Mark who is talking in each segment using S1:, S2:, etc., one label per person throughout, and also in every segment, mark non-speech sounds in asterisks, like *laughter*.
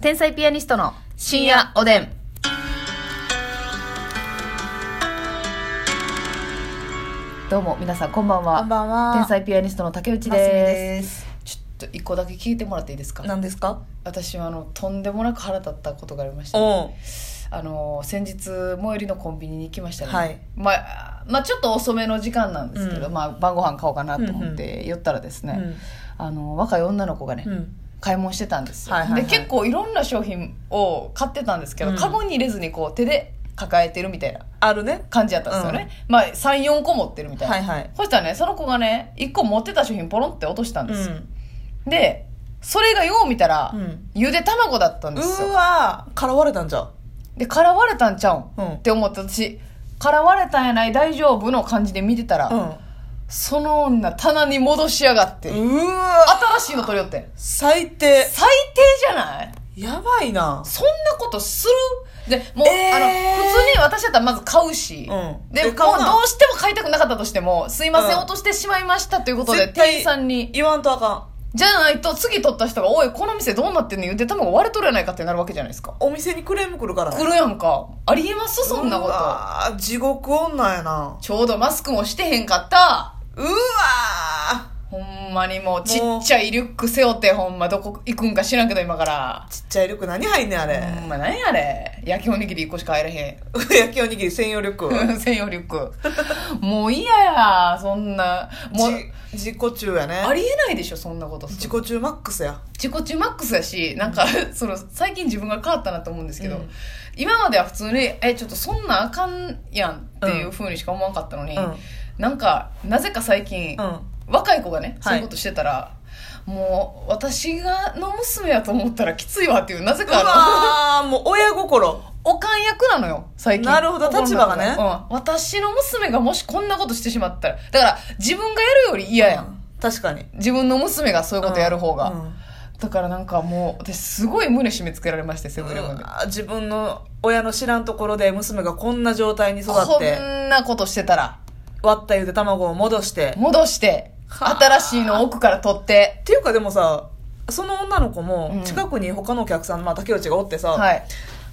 S1: 天才ピアニストの深夜おでん。どうも皆さんこんばんは。
S2: こんばんは
S1: 天才ピアニストの竹内
S2: ますみ
S1: で
S2: です
S1: す。ちょっと一個だけ聞いてもらっていいですか。
S2: 何ですか
S1: 私はあのとんでもなく腹立ったことがありました、
S2: おう
S1: あの先日最寄りのコンビニに行きましたね、
S2: はい
S1: まあ、まあちょっと遅めの時間なんですけど、
S2: うん
S1: まあ、晩ご飯買おうかなと思って寄ったらですね、あの若い女の子がね、
S2: うん
S1: 買い物してたんですよ、
S2: はいはいはい
S1: で結構いろんな商品を買ってたんですけど、
S2: うん
S1: カゴに入れずにこう手で抱えてるみたいな
S2: あるね
S1: 感じやったんですよね、まあ34個持ってるみたいな、
S2: はいはい
S1: そしたらねその子がね1個持ってた商品ポロンって落としたん
S2: う
S1: ですよ、
S2: ん
S1: でそれがよう見たら、
S2: うん
S1: ゆで卵だったんです
S2: う
S1: よ
S2: わーからわれたんじゃん
S1: でからわれたんちゃうん、
S2: うん
S1: って思って私からわれたんやない大丈夫の感じで見てたら、
S2: うん
S1: その女棚に戻しやがって、
S2: うわ
S1: 新しいの取り寄って
S2: 最低
S1: 最低じゃない
S2: やばいな
S1: そんなことするでもう、
S2: えー
S1: あの普通に私だったらまず買うし、
S2: うん
S1: で
S2: え
S1: もう
S2: 買うな
S1: どうしても買いたくなかったとしてもすいません、
S2: うん
S1: 落としてしまいましたということで
S2: 絶対
S1: 店員さんに
S2: 言わんとあか
S1: じゃないと次取った人が「おいこの店どうなってんの?」ゆで卵割れとるやないかってなるわけじゃないですか
S2: んお店にクレーム来るからね
S1: 来るやんかありえますそんなこ
S2: う
S1: と
S2: わー地獄女やな
S1: ちょうどマスクもしてへんかった
S2: うわー
S1: ほんまにもうちっちゃいリュック背負ってほんまどこ行くんか知らんけど今から
S2: ちっちゃい力何入んねんあれ
S1: ほんま何やあれ焼きおにぎり1個しか入らへん
S2: 焼きおにぎり専用力
S1: *laughs* 専用リュックもう嫌やそんなもう
S2: じ自己中や
S1: あ
S2: ね
S1: りえないでしょそんなこと
S2: 自己中マックスや
S1: 自己中マックスやしなんか、その最近自分が変わったなと思うんですけど、
S2: うん
S1: 今までは普通に「えちょっとそんなんあかんやん」っていうふうにしか思わんかったのに、
S2: うん
S1: なんかなぜか最近、
S2: うん
S1: 若い子がねそういう
S2: はい
S1: ことしてたら、もう私がの娘やと思ったらきついわっていうなぜ
S2: う
S1: かあの
S2: わーもう親心
S1: おかん役なのよ最近
S2: なるほど立場がね
S1: うん、私の娘がもしこんなことしてしまったらだから自分がやるより嫌やん
S2: 確かに
S1: 自分の娘がそういうことやる方が、
S2: うんうん
S1: だからなんかもう私すごい胸締め付けられましてセブンイレブンで、
S2: あ自分の親の知らんところで娘がこんな状態に育っ
S1: こ
S2: て
S1: んなことしてたら
S2: 割ったゆで卵を戻して
S1: 戻して
S2: はあ
S1: 新しいの奥から取って
S2: っていうかでもさその女の子
S1: う
S2: も
S1: ん
S2: 近くに他のお客さん、まあ、竹内がおってさ、
S1: はい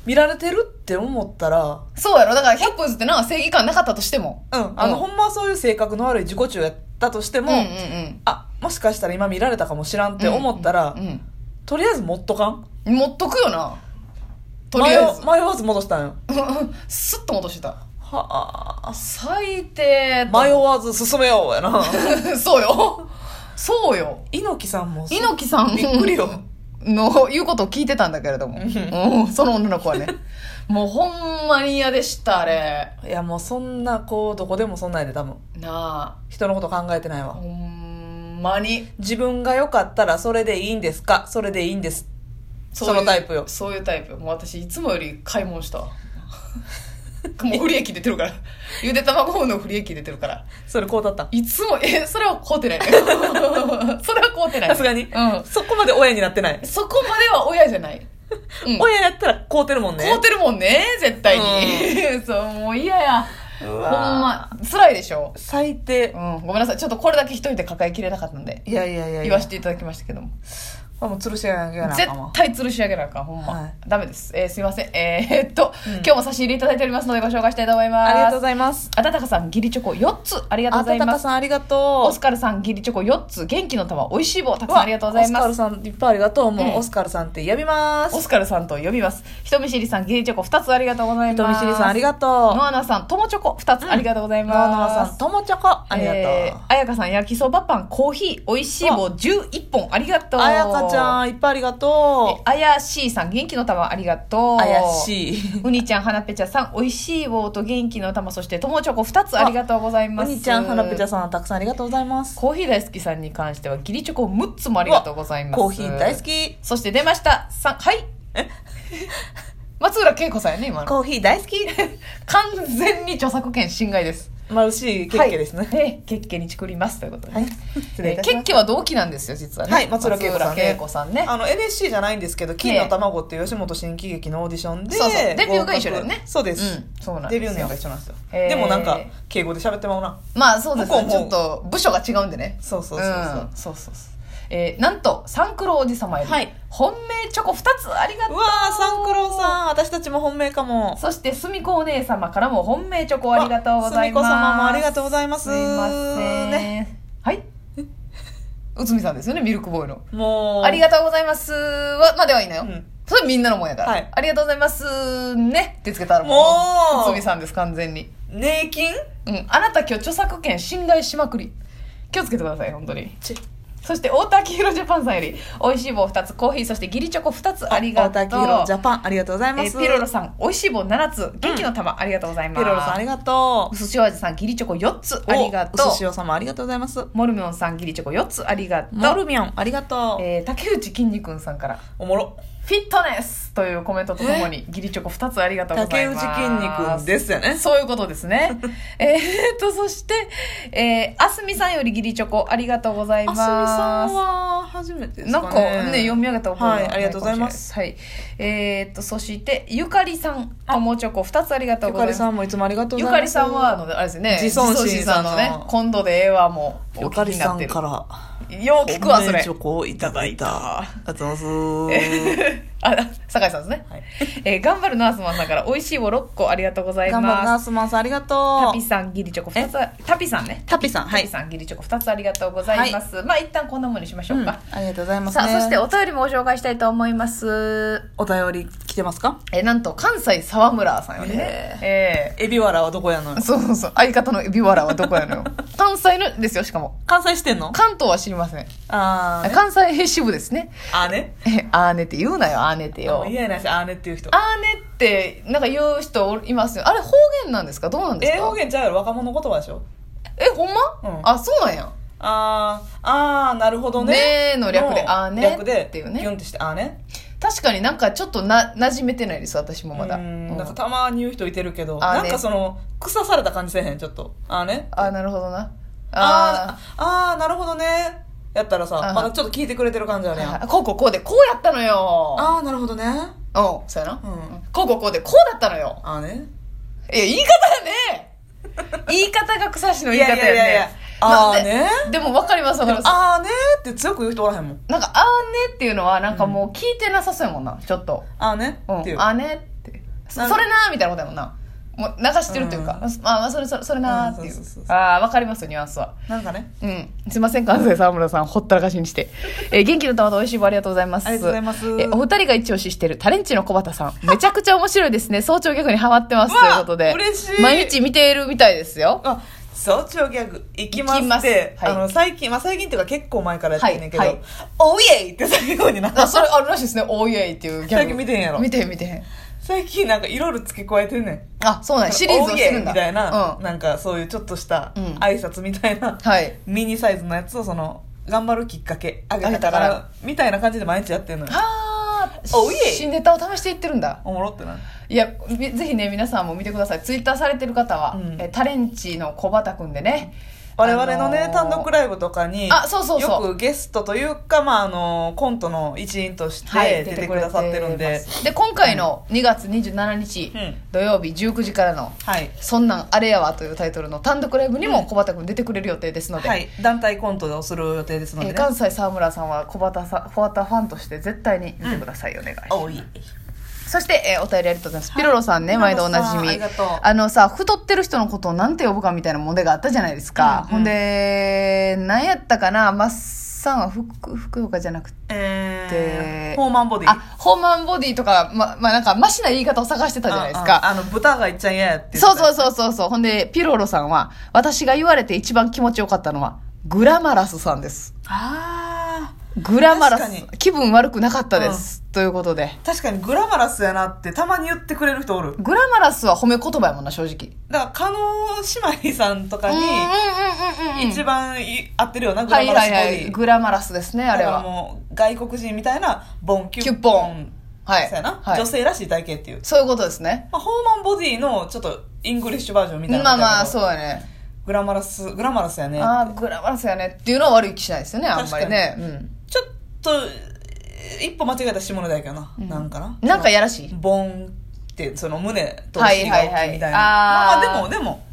S2: 見られてるって思ったら
S1: そうやろだから100歩譲ってなんか正義感なかったとしても
S2: うんあの、
S1: うん
S2: ほんまはそういう性格の悪い自己中やったとしても、
S1: うんうんうん
S2: あもしかしたら今見られたかもしらんって思ったら、
S1: うん
S2: とりあえず持っとかん
S1: うん持っとくよなとりあえず
S2: 迷わ迷わず戻したんよ
S1: *laughs* スッと戻してた
S2: はあ
S1: 最低と
S2: 迷わず進めようや
S1: *laughs*
S2: な
S1: そうよそうよ
S2: 猪木さんも
S1: 猪木さん
S2: びっくりよ
S1: の言うことを聞いてたんだけれども、うん、その女の子はねもうほんまに嫌でしたあれ
S2: いやもうそんな子どこでもそんなんやで多分
S1: な
S2: 人のこと考えてない
S1: あ
S2: わ
S1: ほんまに
S2: 自分が良かったらそれでいいんですかそれでいいんですそう
S1: いう
S2: のタイプよ
S1: そういうタイプもう私いつもより買い物したわもう不利益出てるからゆで卵の不利益出てるから
S2: それこうだった
S1: いつもえそれは買うて
S2: *laughs*
S1: ないそれは買うてない
S2: さすがに、
S1: うん
S2: そこまで親になってない、
S1: そこまでは親じゃない、うん、買
S2: 親やったらこうてるもんね
S1: うてるもんね絶対に、 *laughs* そうもう嫌や
S2: う
S1: ほんま
S2: わ
S1: 辛いでしょ
S2: 最低
S1: う、ん、ごめんなさいちょっとこれだけ一人で抱えきれなかったんで
S2: いやいやいやい
S1: 言
S2: や
S1: わせていただきましたけども
S2: あもう吊るし上げなあ
S1: 絶
S2: かんわ
S1: 対吊るし上げなあかんほんま、
S2: はい
S1: ダメです、えーすいませんえーっと、
S2: うん
S1: 今日も差し入れいただいておりますのでご紹介したいと思います
S2: ありがとうございます
S1: あたたかさんギリチョコ4つありがとう
S2: あ
S1: ござ
S2: た
S1: い
S2: た
S1: ま
S2: か
S1: す
S2: さんありが
S1: オ
S2: と
S1: ス
S2: う
S1: カルさんギリチョコ4つ元気の玉おいしい棒たくさんありがとうございま
S2: わ
S1: す
S2: オスカルさんいっぱいありがとうもう、
S1: うん
S2: オスカルさんって呼びます
S1: オスカルさんと呼びます人見知りさんギリチョコ2つありがとうござい
S2: 人
S1: ま
S2: 見
S1: す
S2: 知りさんあり
S1: が
S2: がとう
S1: ノアナさんともチョコ2つありがとうございます、
S2: ノアノアさんともちょこありがとう、
S1: えー、あやかさん焼きそばパンコーヒーおいしい棒11本ありがとう
S2: あやかちゃんいっぱいありがと
S1: えあやしいさん元気の玉ありがと
S2: う
S1: う
S2: あや
S1: いう
S2: しいう
S1: にちゃんはなぺちゃさんおいしい棒と元気の玉そしてともチョコ2つありがとうございます
S2: にちゃんはなぺちゃ
S1: ん
S2: さんたくさんありがとうございます
S1: コーヒー大好きさんに関してはギリチョコ6つもありがとうございます
S2: コーヒー大好き
S1: そして出ましたさんはい *laughs* 松浦恵子さんやね今の
S2: コーヒー大好き
S1: 完全に著作権侵害です
S2: マルシーケッケですね
S1: はいえーケッケにちくりますということで、
S2: はい、失礼い
S1: えー
S2: たし
S1: ケ
S2: ま
S1: ッ
S2: し
S1: ケは同期なんですよ実はね
S2: はい松浦恵子さんね
S1: 松浦恵子さんね
S2: たあの NSC じゃないんですけど「金の卵」っていう吉本新喜劇のオーディションで
S1: そうそうデビューが一緒だよ
S2: 合
S1: ね
S2: 格そうです、
S1: うんそうなんです
S2: デ
S1: よ
S2: ビュー年が一緒なんですよ、
S1: へー
S2: でもなんか敬語で喋ってまうな
S1: まあそうですね
S2: 向
S1: ち
S2: こ
S1: ょ
S2: うも
S1: っと部署が違うんでね
S2: そうそうそううそう、
S1: んそうそうそうえーなんと三九郎おじさまより
S2: はい
S1: 本命チョコ2つありが
S2: う
S1: とう
S2: わーサンクローさん私たちも本命かも
S1: そしてすみこお姉様からも本命チョコありがとうございます
S2: すみこ様もありがとうございます
S1: すいません、
S2: ね *laughs*
S1: はい内海さんですよねミルクボーイの
S2: もう
S1: ありがとうございますはまではいいのよ、
S2: うん
S1: それみんなのもんやから、
S2: はい
S1: ありがとうございますねってつけたら
S2: もう
S1: 内海さんです完全に
S2: ねえ金
S1: うんあなた今日著作権侵害しまくり気をつけてください本当に
S2: ち
S1: そして太田黄色ジャパンさんより美味しい棒2つコーヒーそして義理チョコ2つありがとう
S2: 大田黄色ジャパンありがとうございま
S1: え
S2: す
S1: ーピロロさん美味しい棒7つ元気の玉、ありがとうございます
S2: ピロロさんありがと
S1: お
S2: う
S1: 寿司お味さんギリチョコ4つありがと
S2: お
S1: う
S2: うすしお様ありがとうございます
S1: モルミョンさんギリチョコ4つありがとう
S2: モルミョンありがとう
S1: えー竹内きんに君さんから
S2: おもろ
S1: フィットネスというコメントとともにギリチョコ2つありがとうござ
S2: 竹
S1: い
S2: 内
S1: ます
S2: 筋肉ですよね
S1: そういうことですね。
S2: *laughs*
S1: えーっと、そして、えー、あすみさんよりギリチョコありがとうござい
S2: あす
S1: ま
S2: み
S1: す。
S2: さんは初めてです
S1: な
S2: か
S1: ん
S2: ね
S1: かね、読み上げた覚え
S2: はいありがとうございます
S1: はい。えーっと、そして、ゆかりさん、ともチョコ2つありがとう
S2: ゆ
S1: ご
S2: か
S1: ざい
S2: り
S1: ます
S2: さ。んもいつもありがとう
S1: ゆ
S2: ございます
S1: かりさんは、あの、あれですね、
S2: 自尊心
S1: 自さんのね
S2: さんの、
S1: 今度でええわもう、
S2: ゆ
S1: お
S2: か
S1: 聞き
S2: り
S1: に
S2: さ
S1: なって
S2: ん
S1: る。
S2: か
S1: よ
S2: ら
S1: う聞くわ、そ
S2: 本命
S1: れ
S2: チ。ョコをいただいたあ
S1: い
S2: りがとうございます
S1: *laughs* あ、酒井さんですね。
S2: はい
S1: えー、頑張るナースマンさんから、美味しいを6個ありがとうござい
S2: 頑張るナ
S1: ま
S2: ー
S1: す。
S2: スマンさんありが
S1: タ
S2: と
S1: ピ
S2: う
S1: さん、ギリチョコ2つあ、タピさんね。
S2: タピさんは
S1: タピ
S2: い
S1: さん、ギリチョコ2つありがとうございます。まあ、一旦こんなもんにしましょう
S2: うんあ
S1: か。
S2: りがとうございます
S1: さあ、
S2: ね
S1: そしてお便りもご紹介したいと思います。
S2: お便り来てますか
S1: えー、なんと、関西沢村さんよりね。え
S2: エビワラはどこやの
S1: ーそうそうそう。相方のエビワラはどこやの *laughs* よ。関西のですよ、しかも。
S2: 関西してんの
S1: 関東は知りません。
S2: あーね
S1: 関西支部ですね。
S2: あーね
S1: えあーねって言うなよ、あーねってよ。
S2: 言えないしあーねっていう人
S1: あーねって、なんか言う人おいますよ。あれ方言なんですかどうなんですか
S2: 英語圏ちゃうやろ若者言葉でしょ
S1: え、ほんま、
S2: うん
S1: あ、そうなんや。
S2: あーあーなるほどね
S1: ねーの略であーね
S2: 略で
S1: っていうね
S2: ギュンってしてあーね
S1: 確かになんかちょっとな、馴染めてないです、私もまだ。
S2: う
S1: うんん
S2: なんかたまに言う人いてるけど
S1: あー
S2: な
S1: ね
S2: んかその腐された感じせえへんちょっとあーね
S1: あー、なるほどな。
S2: あ
S1: あ
S2: ーあーなるほどねやったらさ
S1: あー
S2: まだちょっと聞いてくれてる感じあ
S1: ー
S2: るやん
S1: あこうこうこうで、こうやったのよ。
S2: ああなるほどね
S1: うん、そうやな。
S2: うん
S1: こうこうこうで、こうだったのよ。
S2: あーね
S1: いや、言い方やね。 *laughs* 言い方が草しの言い方やね。
S2: いやいやいやいや
S1: なんで
S2: あーね
S1: でも分かります、分かります。
S2: あーねーって強く言う人おらへんもん
S1: なんか、あーねっていうのは、なんかもう聞いてなさそうやもんな、ちょっと。
S2: あーね
S1: うん、
S2: っていう
S1: あーねって。そ
S2: なん
S1: それなーみたいなことやもんな。もう流してるというか、
S2: う
S1: あまあ、それそれそれなーっていう。
S2: うんそうそうそうそ
S1: ああ、わかりますよ、ニュアンスは。
S2: なんかね
S1: うん。すいません、関西沢村さん、ほったらかしにして。えー元気の玉と美味しい棒ありがとうございます。
S2: ありがとうございます
S1: えーお二人が一押ししてる、タレンチの小畑さん。めちゃくちゃ面白いですね。早 *laughs* 朝逆にハマってます。
S2: うわ
S1: ということで。
S2: 嬉しい
S1: 毎日見ているみたいですよ。
S2: あ早朝ギャグ行きます
S1: 行きます
S2: って、
S1: はい
S2: あの最近まあ最近っていうか結構前からやってんねんけど、
S1: はいはい
S2: おいえいって最後にな
S1: あ、それあるらしいですね。おーイエイっていうギャグ。
S2: 最近見てへんやろ
S1: 見てへん、見てへん。
S2: 最近なんかいろいろ付け加えてんねん
S1: あ、そうなんやシリーズをしてるんだ。
S2: おいえいみたいな、
S1: うん。
S2: なんかそういうちょっとした
S1: うん
S2: 挨拶みたいな、
S1: はい。
S2: ミニサイズのやつをその頑張るきっかけあげ
S1: あ
S2: た
S1: げた
S2: か
S1: から
S2: らみたいな感じで毎日やってんのよ
S1: はあ、
S2: おいえい
S1: 新ネタを試していってるんだ。
S2: おもろってない
S1: や、みぜひね、皆さんも見てください。ツイッターされてる方は、
S2: うん
S1: えータレンチの小畑くんでね。
S2: 我々のね、
S1: あのー
S2: 単独ライブとかに
S1: あそうそうそう
S2: よくゲストというか、まあ、あのーコントの一員として出てくださってるんで、
S1: ますで今回の2月27日、
S2: うん
S1: 土曜日19時からの
S2: はい
S1: 「そんなんあれやわ」というタイトルの単独ライブに
S2: う
S1: も
S2: ん
S1: 小畑君出てくれる予定ですので、
S2: はい、団体コントをする予定ですの
S1: え
S2: で
S1: ー
S2: ね、
S1: 関西沢村さんは小畑さん小畑ファンとして絶対に見てください、お願いします
S2: おい
S1: そして、えーお便りありがとうございます、
S2: はい
S1: ピロロさんね
S2: ピロロ
S1: 毎度
S2: さ
S1: お
S2: ん
S1: なじみ
S2: ありがとう
S1: のさ太ってる人のことをなんて呼ぶかみたいな問題があったじゃないですか、
S2: うんうん
S1: ほんで何やったかなマッサンは福福岡じゃなくて
S2: え
S1: で
S2: ー、ホーマンボディ
S1: あホーマンボディとかままあなんかマシな言い方を探してたじゃないですか
S2: ああの豚がいっちゃ嫌やって
S1: そうそううそうそうそう。ほんで、ピロロさんは、私が言われて一番気持ちよかったのは、グラマラスさんです。
S2: ああ
S1: グラマラ
S2: 確
S1: ス
S2: か。
S1: 気分悪くなかったです。ということで。
S2: 確かにグラマラスやなってたまに言ってくれる人おる
S1: グラマラスは褒め言葉やもんな、正直。
S2: だから加納姉妹さんとかに
S1: うんうんうんうんうん
S2: 一番い合ってるよなグ
S1: は
S2: ラ
S1: い
S2: マラ
S1: は
S2: ス
S1: い
S2: ボディ、
S1: はい。グラマラスですね、あれ
S2: だから
S1: は。
S2: もう外国人みたいなボンキュ
S1: キュッ
S2: ッ
S1: ポ
S2: ポ
S1: ン
S2: ン
S1: はい。
S2: そうやな、
S1: はい
S2: 女性らしい体型っていう、
S1: そういうことですね。
S2: まあ、ホーマンボディのちょっとイングリッシュバージョンみたいな
S1: まあまあ、
S2: う
S1: そうやね。
S2: グラマラスグラマラスやね
S1: ああ、グラマラスやねっていうのは悪い気しないですよね、あんまりね。
S2: ちょっと一歩間違えたら下ネタやけどな、なんかな
S1: うん。なんかやらしい。
S2: ボンってその胸と
S1: はい
S2: 尻が大きいみたいな、
S1: はいはいあー
S2: まあまあでもでも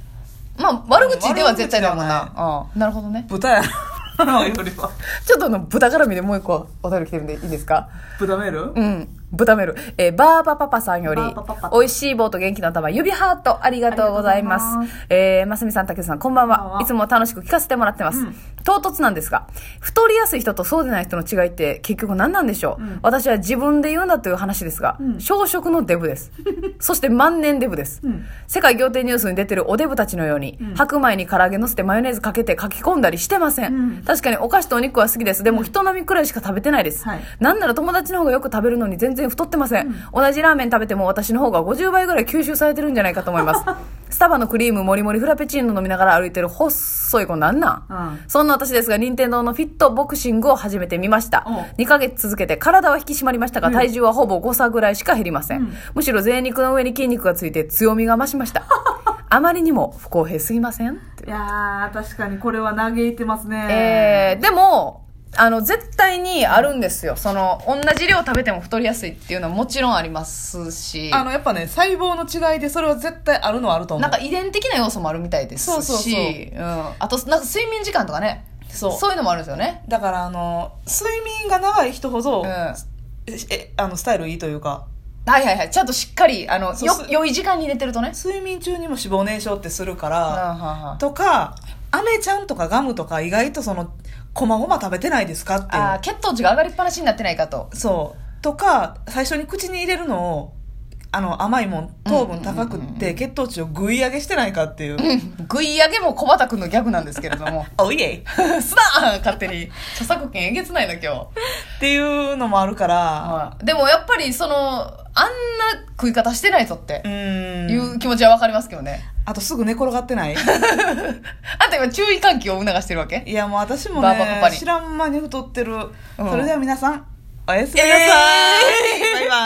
S1: まあ、悪口では絶対だもん
S2: 悪口
S1: な。うん。なるほどね。
S2: 豚やな *laughs* よりは
S1: ちょっとあの豚絡みでもう一個お便り来てるんでいいですか
S2: 豚メール
S1: うん。豚メール、えーバーバパパさんより
S2: バーバパパ
S1: 美味しい棒と元気の玉指ハートありがとうございます
S2: ありがとうござい
S1: えーますみさんたけさんこんばん
S2: こんばん
S1: は
S2: はい
S1: つも楽しく聞かせてもらってます、
S2: うん
S1: 唐突なんですが太りやすい人とそうでない人の違いって結局何なんでしょう、
S2: うん
S1: 私は自分で言うんだという話ですが、
S2: うん
S1: 小食のデブです
S2: *laughs*
S1: そして万年デブです、
S2: うん
S1: 世界仰天ニュースに出てるおデブたちのように、
S2: うん
S1: 白米に唐揚げのせてマヨネーズかけてかき込んだりしてません、
S2: うん
S1: 確かにお菓子とお肉は好きですでも人並みくらいしか食べてないです、
S2: はい
S1: なんなら友達の方がよく食べるのに全然太ってません、
S2: うん
S1: 同じラーメン食べても私の方が50倍ぐらい吸収されてるんじゃないかと思います
S2: *laughs*
S1: スタバのクリームもりもりフラペチーノ飲みながら歩いてる細い子なんなん、
S2: うん
S1: そんな私ですが任天堂のフィットボクシングを始めてみました
S2: おう
S1: 2ヶ月続けて体は引き締まりましたが
S2: うん
S1: 体重はほぼ誤差ぐらいしか減りません、
S2: うん
S1: むしろ贅肉の上に筋肉がついて強みが増しました
S2: *laughs*
S1: あまりにも不公平すぎませんって
S2: いやー確かにこれは嘆いてます
S1: え
S2: ね
S1: ーでもあの絶対にあるんですよその同じ量食べても太りやすいっていうのはもちろんありますし
S2: あのやっぱね細胞の違いでそれは絶対あるのはあると思
S1: な
S2: うん
S1: か遺伝的な要素もあるみたいですし
S2: そうそうそう
S1: うん、あとなんか睡眠時間とかね
S2: そう
S1: そういうのもあるんですよね
S2: だからあの睡眠が長い人ほど、
S1: うん
S2: えあのスタイルいいというか
S1: はいはいはいちゃんとしっかりあの
S2: そう
S1: よ
S2: す
S1: 良い時間に寝てるとね
S2: 睡眠中にも脂肪燃焼ってするか
S1: うん
S2: ら、
S1: あ
S2: とか飴ちゃんとかガムとか意外とそのこまごま食べてないですかって
S1: あ
S2: い
S1: ー血糖値が上がりっぱなしになってないかと
S2: うそうとか最初に口に入れるのをあの甘いもん糖分高くって血糖値をぐい上げしてないかっていう、
S1: うん食い上げも小畑君のギャグなんですけれど
S2: *laughs*
S1: も
S2: おいえ
S1: すなー勝手に著作権えげつないな今日
S2: っていうのもあるから
S1: はいでもやっぱりそのあんな食い方してないぞって
S2: うーん
S1: いう気持ちはわかりますけどね、
S2: あとすぐ寝転がっ
S1: *laughs*
S2: てない
S1: あんた今注意喚起を促してるわけ
S2: いやもう私も
S1: バーバパパ
S2: ね
S1: に
S2: 知らん間に太ってる、
S1: うん
S2: それでは皆さんおやすみなさい、
S1: えー
S2: バイバイ